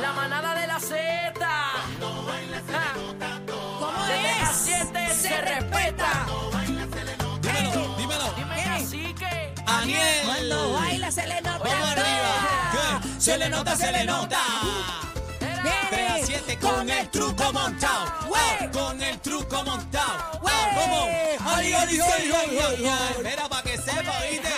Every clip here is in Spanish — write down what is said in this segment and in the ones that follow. la manada de la Z. Ah. ¿Cómo De tres a es? siete se respeta. Dímelo, dímelo. Dime cacique. Aniel. Cuando baila se le nota Vamos todo. arriba. ¿Qué? Se le nota, se le nota. Era- Viene 3 a 7 con el truco montado. Ah, Wey. Con el truco montado. Wey. Vamos. Ay, Ay, ay, ay, ay, ay, ay, ay. Espera para que sepa, ¿viste?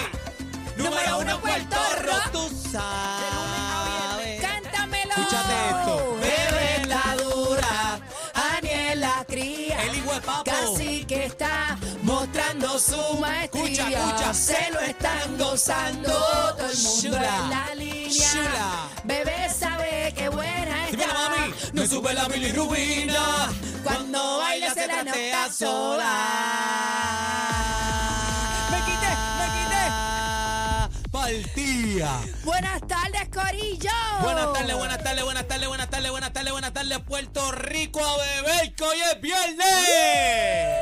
Número Número uno, 1 Puerto Puerto Rico. Rock. Tú sabes. Cántamelo. Escúchate esto. Bebe la dura. Aniel la cría. El hijo de papo. Casi que está Mostrando su maestría. Escucha, escucha. Se lo están gozando todo el mundo Shula. en la línea. Shula. Bebé sabe que buena está. Dímelo, mami. Ah, No sube la bilirrubina. Cuando baila se la tratea nota sola. Me quité, me quité. Partía. Buenas tardes, Corillo. Buenas tardes, buenas tardes, buenas tardes, buenas tardes, buenas tardes, buenas tardes, Puerto Rico a beber, que hoy es viernes.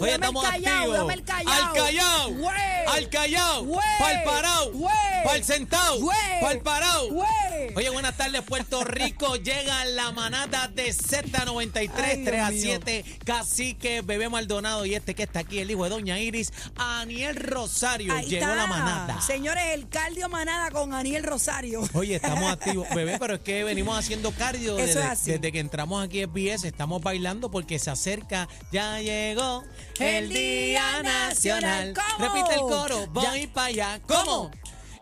Hoy Dame estamos el callao, activos. dame el callao. Al callao. Güey. Al callao. Güey. Pa'l parao. Güey. Pa'l sentao. Güey. Pa'l parao. Güey. Oye, buenas tardes, Puerto Rico. Llega la manada de Z93, Ay, 3 a Dios mío. 7. Cacique, Bebé Maldonado y este que está aquí, el hijo de Doña Iris, Aniel Rosario. Ahí Llegó está. la manada. Señores, el cardio manada con Aniel Rosario. Oye, estamos activos, bebé, pero es que venimos haciendo cardio Eso es desde, así. desde que entramos aquí en BS, estamos bailando porque se acerca, ya llegó el Día Nacional. ¿Cómo? Repite el coro, Ya. voy para allá. ¿Cómo?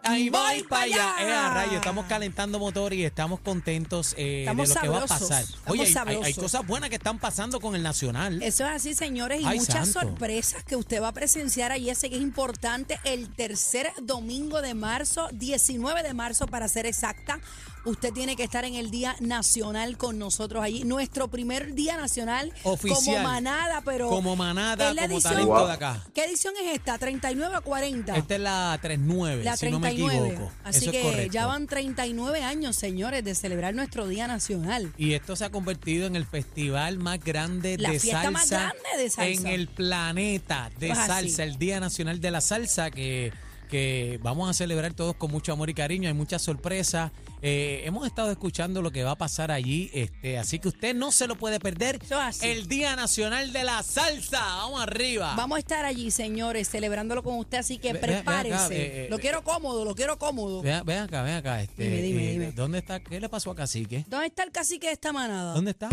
Ahí voy para allá. allá. Eh, a rayo, estamos calentando motor y estamos contentos eh, Estamos de lo que va a sabrosos, pasar. estamos Oye, hay- hay, hay sabrosos. cosas buenas que están pasando con el Nacional. Eso es así, señores, y Ay, muchas santo. sorpresas que usted va a presenciar ahí. Ese que es importante, el tercer domingo de marzo, 19 de marzo para ser exacta. Usted tiene que estar en el Día Nacional con nosotros allí. Nuestro primer Día Nacional Oficial. como manada, pero... Como manada, es la como edición- talento de acá. ¿Qué edición es esta? ¿39 o 40? Esta es la 39, la si 39. no me equivoco. Así Eso es que correcto. ya van 39 años, señores, de celebrar nuestro Día Nacional. Y esto se ha convertido en el festival más grande, La de, fiesta salsa más grande de salsa. en el planeta de Pues así. salsa, el Día Nacional de la Salsa que, que vamos a celebrar todos con mucho amor y cariño, hay muchas sorpresas. Eh, hemos estado escuchando lo que va a pasar allí, este, así que usted no se lo puede perder. Eso es así. El Día Nacional de la Salsa, vamos arriba. Vamos a estar allí, señores, celebrándolo con usted, así que Ah. Ve- ve- ve acá, prepárense. eh, eh, lo quiero cómodo, lo quiero cómodo. Ven, ven acá, ven acá. Este, Dime, dime, eh, dime. ¿Dónde está? ¿Qué le pasó a Cacique? ¿Dónde está el cacique de esta manada? ¿Dónde está?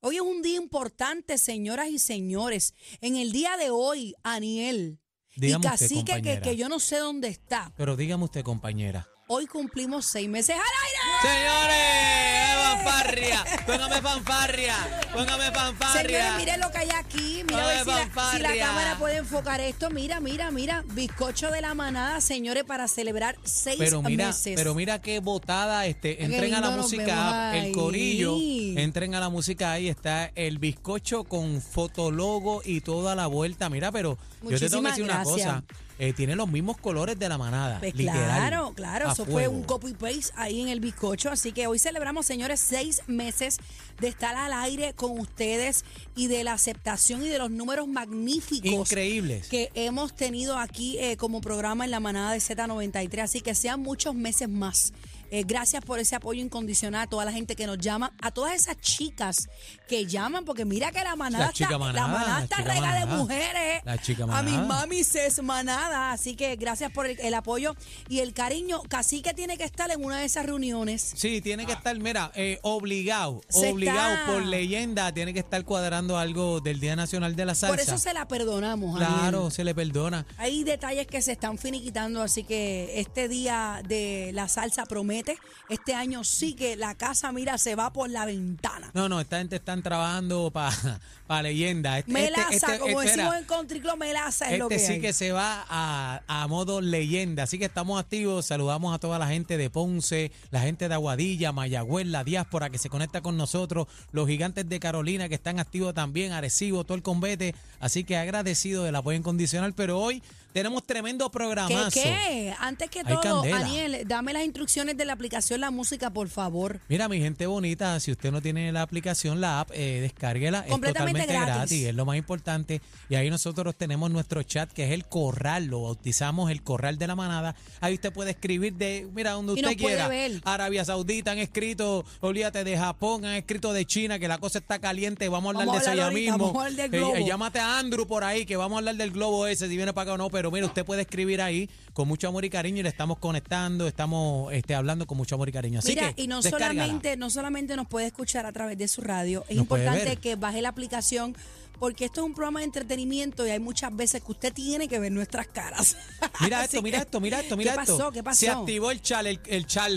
Hoy es un día importante, señoras y señores. En el día de hoy, Aniel Dígame y usted, cacique, que, compañera. que yo no sé dónde está, Pero dígame usted, compañera. hoy cumplimos seis meses al aire. Señores, eh, fanfarria, póngame fanfarria, póngame Señores, fanfarria. miren lo que hay aquí. Mira a ver Oye, si la, si la fanfarria. cámara puede enfocar esto. Mira, mira, mira. Bizcocho de la manada, señores, para celebrar seis Pero mira, meses. pero mira qué botada, este, Qué entren a la lindo nos música, vemos el corillo, ahí. entren a la música, ahí está el bizcocho con fotologo y toda la vuelta. Mira, pero yo te tengo que Muchísimas decir gracias. una cosa, eh, tiene los mismos colores de la manada, Pues literal, claro, claro, a eso fue fuego. un copy paste ahí en el bizcocho. Así que hoy celebramos, señores, seis meses de estar al aire con ustedes y de la aceptación y de los números magníficos Increíbles. que hemos tenido aquí eh, como programa en la manada de Z93. Así que sean muchos meses más. Eh, gracias por ese apoyo incondicional a toda la gente que nos llama, a todas esas chicas que llaman, porque mira que la manada, chica está, manada, la manada la está chica rega de manada. mujeres. eh. La chica A mi manada. mami se es manada. Así que gracias por el, el apoyo y el cariño. Casi que tiene que estar en una de esas reuniones. Sí, tiene que estar, mira, eh, obligado, Ah. Se obligado está- por leyenda, tiene que estar cuadrando algo del Día Nacional de la Salsa. Por eso se la perdonamos. Aniel. Claro, se le perdona. Hay detalles que se están finiquitando, así que este día de la salsa promete. Este año sí que la casa, mira, se va por la ventana. No, no, esta gente están trabajando para leyenda. Este, este- Melaza, este- como este era- decimos en Country Club, melaza es este lo que sí hay. que se va a, a modo leyenda. Así que estamos activos. Saludamos a toda la gente de Ponce, la gente de Aguadilla, Mayagüez, la diáspora que se conecta con nosotros, los gigantes de Carolina que están activos también, Arecibo, todo el combate. Así que agradecido del apoyo incondicional. Pero hoy Tenemos tremendo ¿Qué, programazo. qué? Antes que Hay todo, candela. Aniel, dame las instrucciones de la aplicación La Música, por favor. Mira, mi gente bonita, si usted no tiene la aplicación, la app, eh, descárguela. Completamente es totalmente gratis. gratis. es lo más importante. Y ahí nosotros tenemos nuestro chat, que es el corral, lo bautizamos el corral de la manada. Ahí usted puede escribir de, mira, donde Y nos usted puede quiera. ver. Arabia Saudita han escrito, olvídate de Japón, han escrito de China, que la cosa está caliente, vamos a hablar Vamos a de eso hablar ya ahorita, mismo. Eh, vamos a hablar del globo. llámate a Andrew por ahí, que vamos a hablar del globo ese, si viene para acá o no. Pero mira, usted puede escribir ahí con mucho amor y cariño y le estamos conectando, estamos este, hablando con mucho amor y cariño. Así Mira, que y no descárgala. solamente, no solamente nos puede escuchar a través de su radio, es Nos puede importante ver. que baje la aplicación porque esto es un programa de entretenimiento y hay muchas veces que usted tiene que ver nuestras caras. Mira Así esto, que- mira esto, mira esto, mira ¿Qué esto. pasó? ¿Qué pasó? Se activó el chal, el, el chal.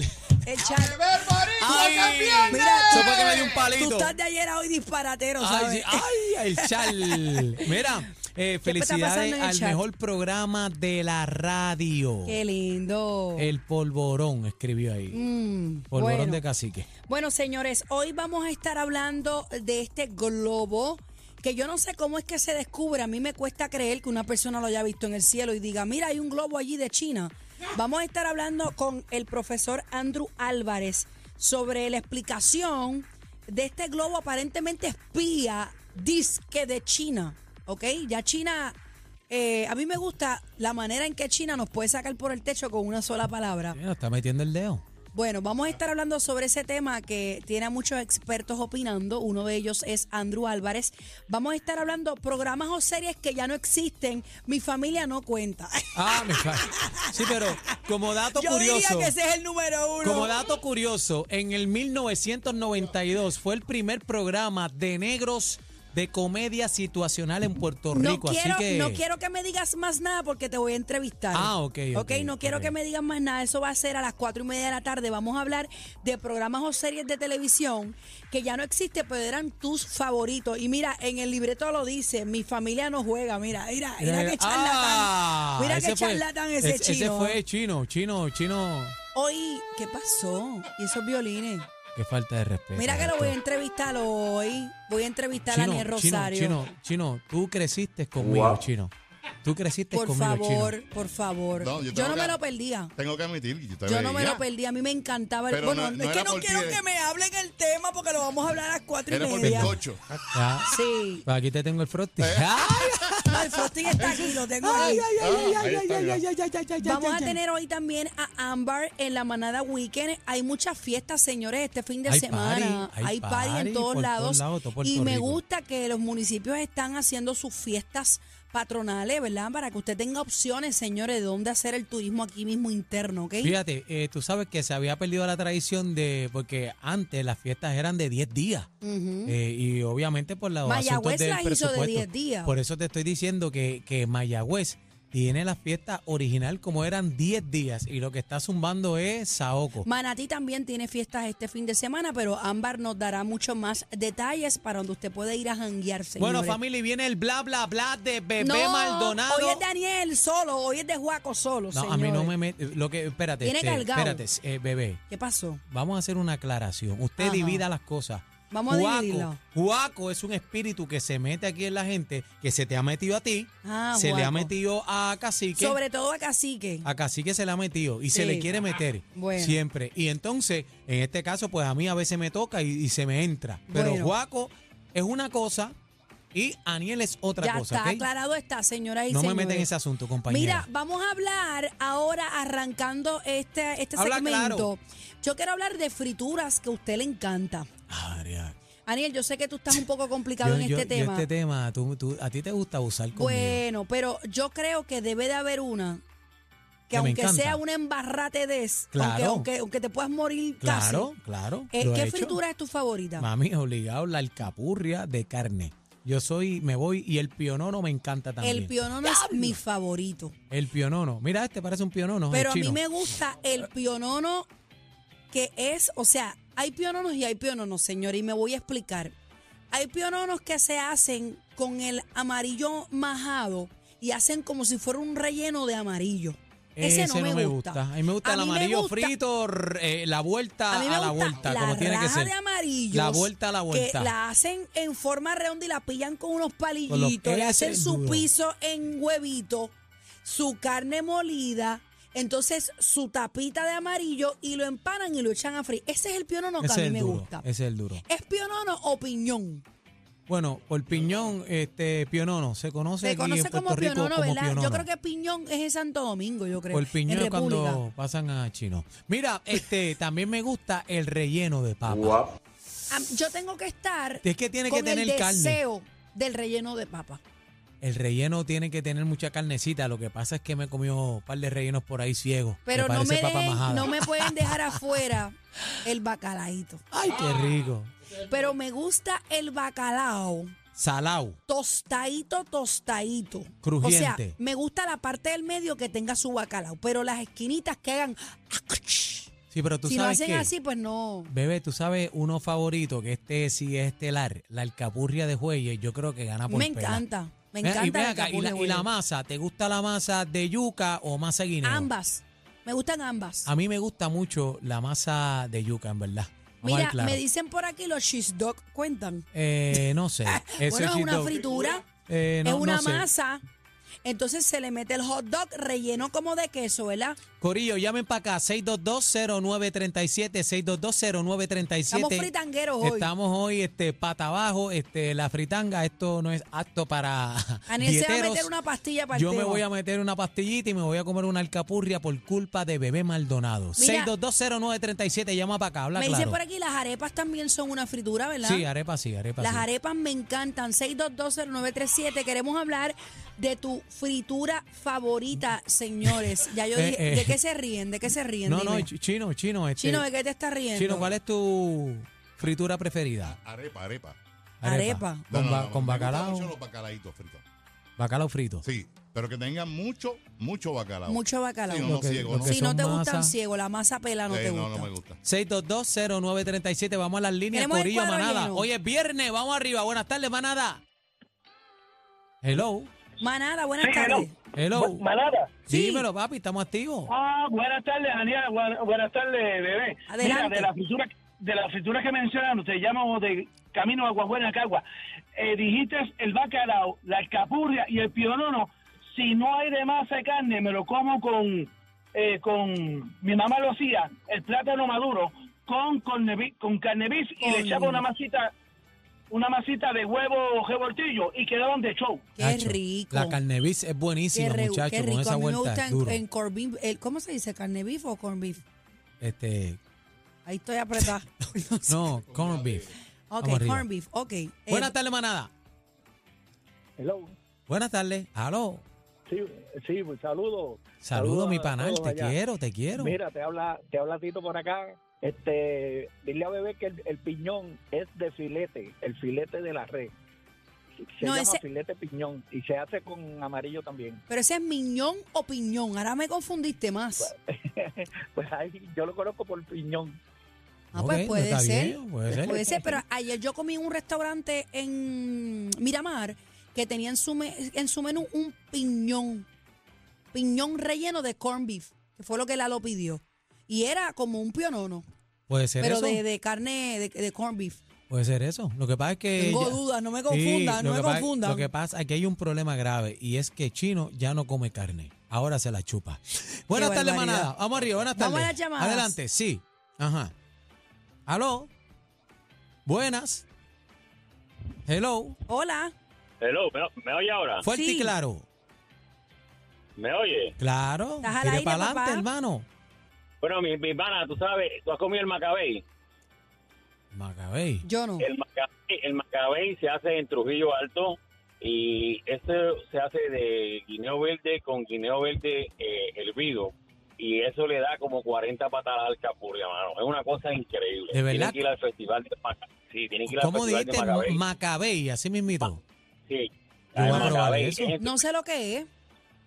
El chat. Mira, Mira, tú- eso fue que me dio un Tú palito. estás de ayer a hoy disparatero, ¿sabes? Ay, sí, Ah. ay, el chal. Mira, ¿Qué está pasando eh, en felicidades el al chat? mejor programa de la radio. Qué lindo. El polvorón escribió ahí. Mm, polvorón bueno. de cacique. Bueno, señores, hoy vamos a estar hablando de este globo que yo no sé cómo es que se descubre. A mí me cuesta creer que una persona lo haya visto en el cielo y diga, mira, hay un globo allí de China. Vamos a estar hablando con el profesor Andrew Álvarez sobre la explicación de este globo aparentemente espía, disque de China. ¿Ok? Ya China, eh, a mí me gusta la manera en que China nos puede sacar por el techo con una sola palabra. Mira, está metiendo el dedo. Bueno, vamos a estar hablando sobre ese tema que tiene a muchos expertos opinando. Uno de ellos es Andrew Álvarez. Vamos a estar hablando programas o series que ya no existen. Mi familia no cuenta. Ah, me fa- Sí, pero como dato Yo curioso. diría que ese es el número uno. Como dato curioso, en el 1992 fue el primer programa de negros de comedia situacional en Puerto no Rico. quiero, así que no quiero que me digas más nada porque te voy a entrevistar. Ah, ok, ok, Ok, no quiero ok. que me digas más nada. Eso va a ser a las cuatro y media de la tarde. Vamos a hablar de programas o series de televisión que ya no existe, pero eran tus favoritos. Y mira, en el libreto lo dice, mi familia no juega. Mira, mira, mira, qué charlatán. Ah, mira qué fue- charlatán ese, es- chino. Ese fue chino, chino, chino. Hoy, ¿qué pasó? ¿Y esos violines? Qué falta de respeto. Mira que lo voy a Esto. entrevistar hoy. Voy a entrevistar a Chino, Aniel chino, Rosario. Chino, chino, tú creciste conmigo, chino. Tú creciste por conmigo, favor, chino. por favor. No, yo yo tengo no me que- lo perdía. Tengo que admitir que yo te Yo no me veía. lo perdí, a mí me encantaba. el- Pues Pero bueno, no- no es que era no por quiero ti, eh. que me hablen el tema porque lo vamos a hablar a las cuatro y Era por media. bizcocho. Ya. Sí. Pues Aquí te tengo el frosty. Ah, Ay, No, el frosting está aquí, lo tengo ahí. ay, ay, ay, Ah, ay, ahí está, ay, mira. ay, ay, ay, ay, ay, Vamos a ay, ay. tener hoy también a Amber en la manada weekend. Hay muchas fiestas, señores, este fin de Hay semana. party, hay hay party, party en todos por lados. todos lados, todo Puerto y me Rico. gusta que los municipios están haciendo sus fiestas patronales, ¿verdad? Para que usted tenga opciones, señores, de dónde hacer el turismo aquí mismo interno, ¿ok? Fíjate, eh, tú sabes que se había perdido la tradición de, porque antes las fiestas eran de 10 días. Eh, y obviamente por la Mayagüez las hizo de 10 días. Por eso te estoy diciendo que, que Mayagüez tiene la fiesta original como eran 10 días. Y lo que está zumbando es Saoco. Manatí también tiene fiestas este fin de semana, pero Ámbar nos dará mucho más detalles para donde usted puede ir a janguearse. bueno, familia, y viene el bla, bla, bla de Bebé Maldonado. Hoy es Daniel solo, hoy es de Juaco solo. no, a mí no señores. me met- Lo que, espérate, Viene este, cargado. espérate, eh, Bebé. ¿Qué pasó? Vamos a hacer una aclaración. Usted Ajá. divida las cosas. Vamos a Juaco- dividirlo. Juaco es un espíritu que se mete aquí en la gente, que se te ha metido a ti, Ah, se le ha Juaco. metido a Cacique. Sobre todo a Cacique. A Cacique se le ha metido y se Sí. Ah, le quiere meter Bueno. siempre. Y entonces, en este caso, pues a mí a veces me toca y, y se me entra. Pero Bueno. Juaco es una cosa y Aniel es otra ya cosa. está, ¿ok? aclarado está, señoras y No me señores. meten en ese asunto, compañera. Mira, vamos a hablar ahora arrancando este, este Habla segmento. Yo quiero hablar de frituras que a usted le encanta. Ah, Ariel. Aniel, yo sé que tú estás un poco complicado Yo- en yo- este yo tema. este tema, tú- tú- a ti te gusta abusar conmigo. Bueno, pero yo creo que debe de haber una que Que me aunque encanta. sea una embarratedez, aunque, Claro. aunque, aunque te puedas morir claro, claro. casi, eh, lo he ¿qué hecho. fritura es tu favorita? Mami, obligado, la alcapurria de carne. Yo soy, me voy, y el pionono me encanta también. el pionono es mi favorito. El pionono. Mira, este parece un pionono. Pero el a mí chino. me gusta el pionono que es, o sea, hay piononos y hay piononos, señor, y me voy a explicar. Hay piononos que se hacen con el amarillo majado y hacen como si fuera un relleno de amarillo. Ese, no, me, gusta. A mí me gusta A el mí me amarillo gusta- frito, r- eh, la vuelta A a, mí me la gusta vuelta, la como tiene que raja ser. de amarillos La vuelta a la vuelta. Que la hacen en forma redonda y la pillan con unos palillitos, le ese hacen es su duro. piso en huevito. su carne molida, entonces su tapita de amarillo y lo empanan y lo echan a freír. Ese es el pionono que Ese a es mí el me duro. gusta. Ese es el duro. ¿Es pionono o piñón? Bueno, por piñón, este, pionono, se conoce Se aquí conoce en Puerto como Rico pionono, como ¿verdad? Yo pionono. creo que piñón es en Santo Domingo, yo creo. Por piñón en es República. cuando pasan a chino. Mira, este, también me gusta el relleno de papa. Am- Yo tengo que estar Es que tiene que con tener el carne. deseo del relleno de papa. El relleno tiene que tener mucha carnecita. Lo que pasa es que me he comido un par de rellenos por ahí ciego. Pero no parece me, papa dejen- majada. no me pueden dejar afuera el bacalaíto. Ay, qué Ah. rico. Pero me gusta el bacalao Salao. tostadito, tostadito. Crujiente. O sea, me gusta la parte del medio que tenga su bacalao, pero las esquinitas que hagan... ¡acuch! Sí, pero tú Si lo sabes hacen qué? así, pues no. Bebé, tú sabes uno favorito que este sí es estelar, la alcapurria de Jueyes, yo creo que gana por Me Ah, pues pela. encanta, me Ven- encanta. y, ven la acá, y la, capurria, y la güey. masa, ¿te gusta la masa de yuca o masa de guineo? Ambas. Me gustan ambas. A mí me gusta mucho la masa de yuca, en verdad. Mira, Vamos a ver claro. me dicen por aquí los cheese dog cuentan. Eh, no sé. Eso bueno, es una chido. fritura, Eh, no- es no una sé. masa. Entonces se le mete el hot dog relleno como de queso, ¿verdad? Corillo, llamen para acá, 6220937, 6220937. Estamos fritangueros hoy. Estamos hoy este, pata abajo, este, la fritanga, esto no es apto para Aniel se va a dieteros. meter una pastilla para el Yo me tema. voy a meter una pastillita y me voy a comer una alcapurria por culpa de Bebé Maldonado. Mira. 6220937, llama para acá, habla Me dicen claro. por aquí las arepas también son una fritura, ¿verdad? Sí, arepa sí, arepa Las sí. arepas me encantan. 6220937. Queremos hablar de tu fritura favorita, señores. Ya yo Eh, dije, eh. ¿de qué se ríen? ¿De qué se ríen? No, no, Dime. ch- chino, chino. Este, Chino, ¿de qué te estás riendo? Chino, ¿cuál es tu fritura preferida? Arepa, arepa. Arepa. No, Con, no, ba- no, con me gustan bacalao, mucho los bacalaitos fritos. bacalao frito. Sí, pero que tengan mucho, mucho bacalao. Mucho bacalao. Sí, no, no, Lo que- ciego, lo no. que Si no son te gustan masas. ciego, la masa pela no Sí, te gusta. Eh, no, no me gusta. 6220937, vamos a las líneas, Tenemos el Corillo, cuadro Manada. lleno. Hoy es viernes, vamos arriba. Buenas tardes, Manada. Hello, Manada, buenas Sí, tardes. hello. hello. Bu- Manada. Sí. Dímelo, papi, estamos activos. Ah, buenas tardes, Daniela. Buena- Buenas tardes, bebé. Adelante. Mira, de la fritura, de la fritura que mencionaron, te llamamos de Camino a Aguabuena, Cagua. Eh, dijiste el bacalao, la alcapurria y el pionono. Si no hay de masa de carne, me lo como con, eh, con mi mamá lo hacía, el plátano maduro, con, carne bi- con carne bis y le Con- echaba una masita una masita de huevo revoltillo y quedaban de show. Qué Nacho, rico. La carne bis es Qué, buenísima, re- muchachos, qué rico. con esa a mí me vuelta. gusta es en- duro. en corn beef. el- ¿Cómo se dice? ¿Carne beef o corn beef? Este, Ahí estoy apretada. No sé. no, corn beef. ok, vamos arriba. corn beef. Ok. Eh, Buenas tardes, manada. Hello. Buenas tardes. Aló. Sí, sí, pues, saludo. Saludos, mi a panal. todos Te allá. quiero, te quiero. Mira, te habla, te habla Tito por acá. Este, dile a bebé que el, el piñón es de filete, el filete de la red. Se No, llama ese- filete piñón y se hace con amarillo también. Pero ese es miñón o piñón. Ahora me confundiste más. Pues ahí yo lo conozco por piñón. Ah, Ok, pues puede está ser. Pues, bien, puede ser. Puede ser, pero ayer yo comí en un restaurante en Miramar que tenía en su, me- en su menú un piñón. Piñón relleno de corn beef, que fue lo que Lalo pidió. Y era como un pionono, Puede ser pero eso. de, de carne de, de corn beef. Puede ser eso. Lo que pasa es que. Tengo ya- dudas, no me Sí, confundan, lo no me que pasa- confundan. Lo que pasa es que hay un problema grave y es que Chino ya no come carne. Ahora se la chupa. Buenas tardes, barbaridad. manada. Vamos arriba, buenas tardes. Vamos a las llamadas. Adelante, sí. Ajá. Aló. Buenas. Hello. Hola, Hello, ¿me, me oye ahora? Fuerte Sí. y claro. ¿Me oye? Claro. Estás al Tire aire, para adelante, papá. hermano. Bueno, mi, mi pana, tú sabes, tú has comido el macabey. Macabey. yo no. El macabey, el macabey se hace en Trujillo Alto y este se hace de guineo verde con guineo verde eh, hervido. Y eso le da como 40 patadas al capurria, mano. Es una cosa increíble. ¿De verdad? Tienen que ir al festival de Macabey. Sí, tienen que ir al ¿Cómo festival dijiste? de Macabey. Macabey, así mismito. sí. Yo voy a probar Macabey. eso. Es en No sé lo que es.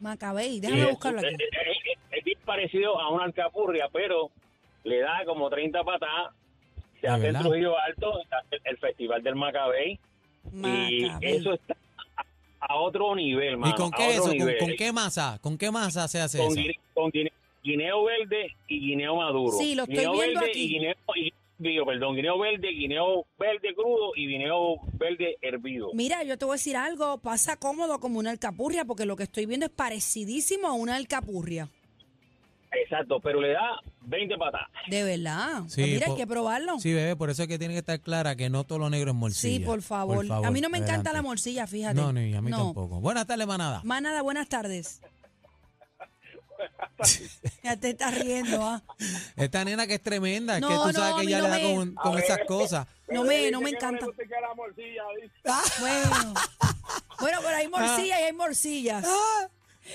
Macabey, Sí, eh, déjame es- buscarlo es, aquí. es- es- es bien parecido a una alcapurria, pero le da como 30 patadas. Se ¿De hace Ah, verdad? en Trujillo Alto, se hace el, el Festival del Macabey. Y Macabey. eso está a- a otro nivel, mano. ¿Y con a qué otro eso? ¿Con, nivel. con qué masa? ¿Con qué masa se hace Con eso? guine- con guine- guineo verde y guineo maduro. Sí, lo estoy guineo viendo verde aquí. Y guineo, y digo, perdón, guineo verde, guineo verde crudo y guineo verde hervido. Mira, yo te voy a decir algo, pasa cómodo como una alcapurria, porque lo que estoy viendo es parecidísimo a una alcapurria. Exacto, pero le da 20 patas. De verdad. Sí, Pues mira, hay po- que probarlo. Sí, bebé, por eso es que tiene que estar clara que no todo lo negro es morcilla. Sí, por favor. A mí no me encanta la adelante. morcilla, fíjate. No, no, y a mí tampoco. Buenas tardes, manada. Más nada, buenas tardes. ya te estás riendo, ¿ah? Esta nena que es tremenda, es que No, no, tú a sabes mí que ella no le da me- con, con esas cosas. No me, no me encanta. Bueno. bueno, pero hay morcillas y hay morcillas. Ah.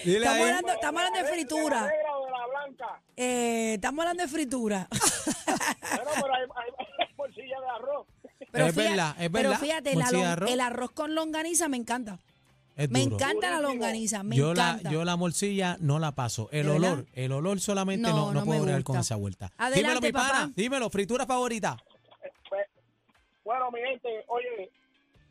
Dile Estamos ahí. hablando, estamos hablando de fritura. o de la blanca? Eh, estamos hablando de fritura. Bueno, pero hay, bolsilla de arroz. Pero Es fíjate, verdad, es Pero verdad. fíjate, la Morcilla de lon- arroz. el arroz con longaniza me encanta. Es Me duro. encanta la longaniza, me yo encanta. La, yo la morcilla no la paso. El ¿De verdad? olor, el olor solamente No, no, no no me puedo bregar con gusta. esa vuelta. dímelo, Adelante, mi pana, papá. dímelo, fritura favorita. Bueno, mi gente, oye,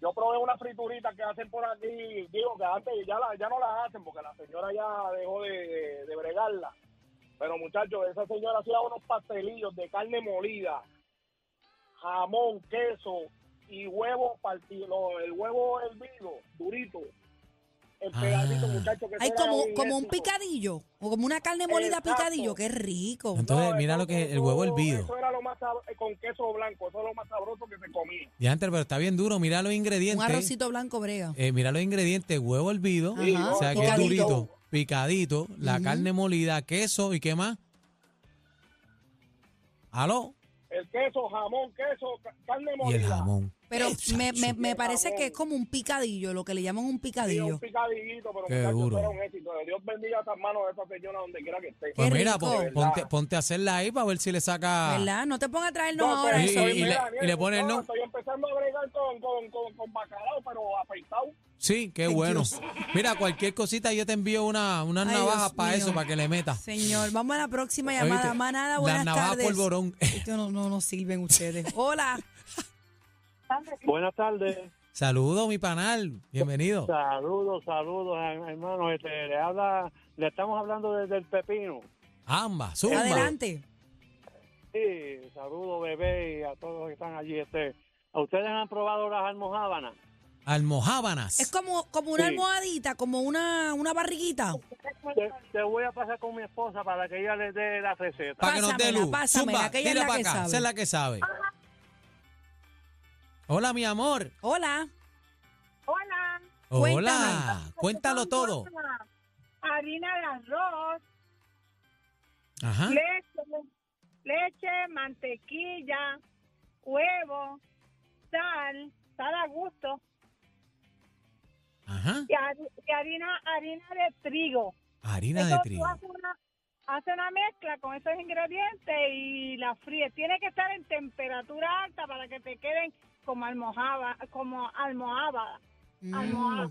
yo probé una friturita que hacen por aquí, digo que antes ya, la- ya no la hacen porque la señora ya dejó de, de- de bregarla. Pero muchachos, esa señora hacía unos pastelillos de carne molida, jamón, queso y huevo partido, el huevo hervido, durito. El Ah. pedacito, muchachos, que eso Hay era como, como un éxito. picadillo, o como una carne molida Exacto. picadillo, qué rico. Entonces, No, mira eso- lo que es el eso- huevo hervido. Eso era lo más sab- eh, con queso blanco, eso era lo más sabroso que se comía. Diantre, pero está bien duro. Mira los Un ingredientes. arrocito blanco brega. Eh, mira los ingredientes: huevo hervido, Ajá, o sea, que es picadito. durito, picadito, la Ujú. carne molida, queso y qué más. ¿Aló? El queso, jamón, queso, ca- carne Y molida. el jamón. Pero me, me, me el parece jamón. que es como un picadillo, lo que le llaman un Sí, picadillo. un picadillito, pero Qué muchachos, duro. era un éxito. Dios bendiga esas manos de esa señora donde quiera que esté. Qué Pues mira, rico. pon- ¿Verdad? ponte, ponte a hacerla ahí para ver si le saca. ¿Verdad? No te pongas a traernos No, ahora Ah. y- eso. estoy- y- y le- mira, Daniel, y le pone el no. Estoy empezando a bregar con, con, con, con bacalao, pero afeitado. Sí, qué Ay, bueno. Dios. Mira, cualquier cosita yo te envío una, unas Ay, navajas Dios para mío. eso, para que le metas. Señor, vamos a la próxima llamada. Oíste, Más nada, las buenas navajas tardes. polvorón. Esto no, no, no sirven ustedes. Hola. Buenas tardes. Saludos, mi panal. Bienvenido. Saludos, saludos, her- hermanos. Este, le habla, le estamos hablando desde el pepino. Ambas, zumba. Adelante. Sí, saludos, bebé, y a todos los que están allí. Este, ¿a ustedes han probado las almohábanas? Almohábanas. Es como, como una Sí. almohadita, como una, una barriguita. Te, te voy a pasar con mi esposa para que ella les dé la receta. para que nos dé pásamela, luz. pásamela, Zumba, que ella es tira la para que acá. sabe. Esa es la que sabe. Hola, mi amor. Hola. Hola. Hola. Cuéntame. Cuéntalo Son todo. cosas. Harina de arroz, Ajá. leche, leche, mantequilla, huevo, sal, sal a gusto, Ajá. y, har- y harina, harina de trigo. Harina de Entonces, tú trigo. haces una, haces una mezcla con esos ingredientes y la fríes. Tiene que estar en temperatura alta para que te queden como almohada, como almohada. Mm, almohada.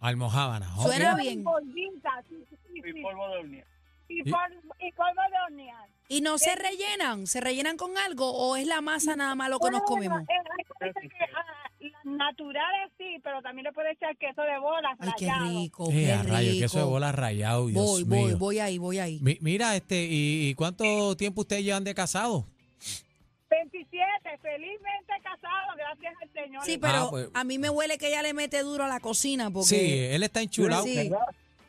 Almohábanas, Almohábanas. ok. Suena bien. En bolsitas, sí, sí, sí, y sí. polvo de hornear. Y Y- pol- y polvo de hornear. ¿Y no se rellenan? ¿Se rellenan con algo o es la masa nada más lo que nos Bueno, comemos? eh, hay cosas que, ah, las naturales sí, pero también le puede echar queso de bolas Ay, qué rallado. rico, Eh, qué a rayos, que eso de rico. bola rayado, Dios Voy, mío. voy, voy ahí, voy ahí. Mi- mira, este, ¿y, y cuánto tiempo ustedes llevan de casado? 27, felizmente casado, gracias al Señor. Sí, Ah, pero pues- a mí me huele que ella le mete duro a la cocina porque... Sí, él está enchulado. Sí. El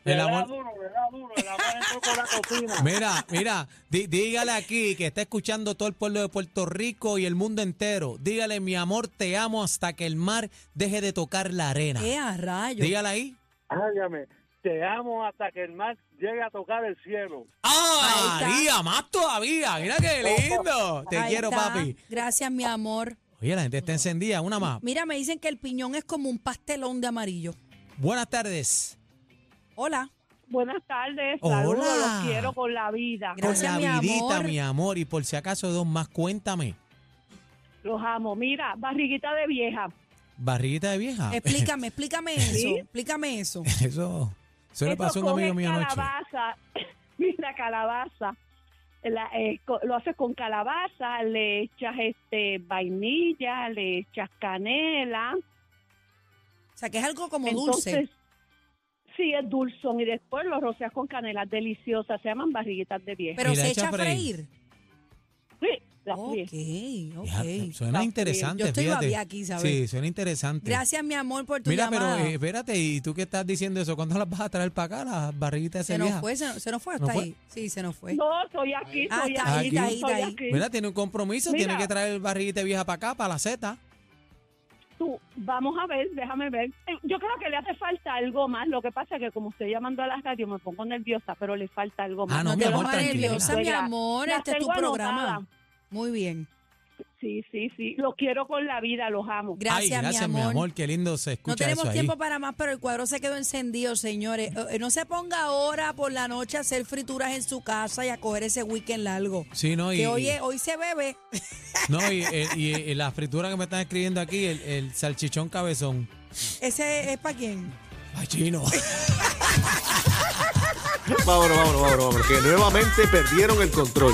Le da amor- duro, le da duro, el amor entró por la cocina. Mira, mira, di- dígale aquí que está escuchando todo el pueblo de Puerto Rico y el mundo entero. Dígale, mi amor, te amo hasta que el mar deje de tocar la arena. ¡Eh, a rayos! Dígale ahí. Hágame, te amo hasta que el mar llegue a tocar el cielo. ¡Ah, Ahí está. María, más todavía! Mira qué lindo. Te Ahí quiero, está. papi. Gracias, mi amor. Oye, la gente está encendida, una más. Mira, me dicen que el piñón es como un pastelón de amarillo. Buenas tardes. Hola. Buenas tardes, Hola. saludos, los quiero con la vida. Gracias, Con mi la vidita, amor. mi amor. Y por si acaso dos más, cuéntame. Los amo. Mira, barriguita de vieja. Barriguita de vieja. Eh, Explícame, explícame eso. Explícame eso. Eso, eso le pasó a un amigo mío anoche. calabaza, mira, calabaza. La, eh, co- lo haces con calabaza, le echas este vainilla, le echas canela, O sea, que es algo como dulce. Entonces, sí, es dulzón. Y después lo roceas con canela deliciosa. Se llaman barriguitas de vieja. Pero Y la se echa echa a a freír. freír. Sí, la fríes. Ok, ok. Fíjate, Suena Está interesante. Yo estoy fíjate. babiá aquí, ¿sabes? Sí, suena interesante. Gracias, mi amor, por tu Mira, llamada. pero eh, espérate, ¿y tú qué estás diciendo eso? ¿Cuándo las vas a traer para acá, las barriguitas de se esa nos vieja? fue, se, no- se nos fue ¿No hasta fue? ahí. Sí, se nos fue. No, soy aquí, Ah, soy está aquí, ahí, pues. está ahí, soy está ahí. aquí. Mira, tiene un compromiso, tiene Mira. que traer barriguita vieja para acá, para la Z. Tú, vamos a ver, déjame ver. Eh, Yo creo que le hace falta algo más. Lo que pasa es que como estoy llamando a la radio me pongo nerviosa, pero le falta algo más. Ah, no, mi te amor, lo- pongas tranquila. nerviosa, mi Suegra, amor. las Este es tu tengo programa. anotadas. Muy bien. Sí, sí, sí. Los quiero con la vida, los amo. Ay, Gracias, gracias, mi amor. Qué lindo se escucha No tenemos eso ahí. tiempo para más, pero el cuadro se quedó encendido, señores. Eh, eh, No se ponga ahora por la noche a hacer frituras en su casa y a coger ese weekend largo. Sí, no, y, Que hoy, es- hoy se bebe. no, y, eh, y- y- y la fritura que me están escribiendo aquí, el, el salchichón cabezón. ¿Ese es para quién? Ay, chino. Vámonos, vámonos, vámonos, vámonos, que nuevamente perdieron el control.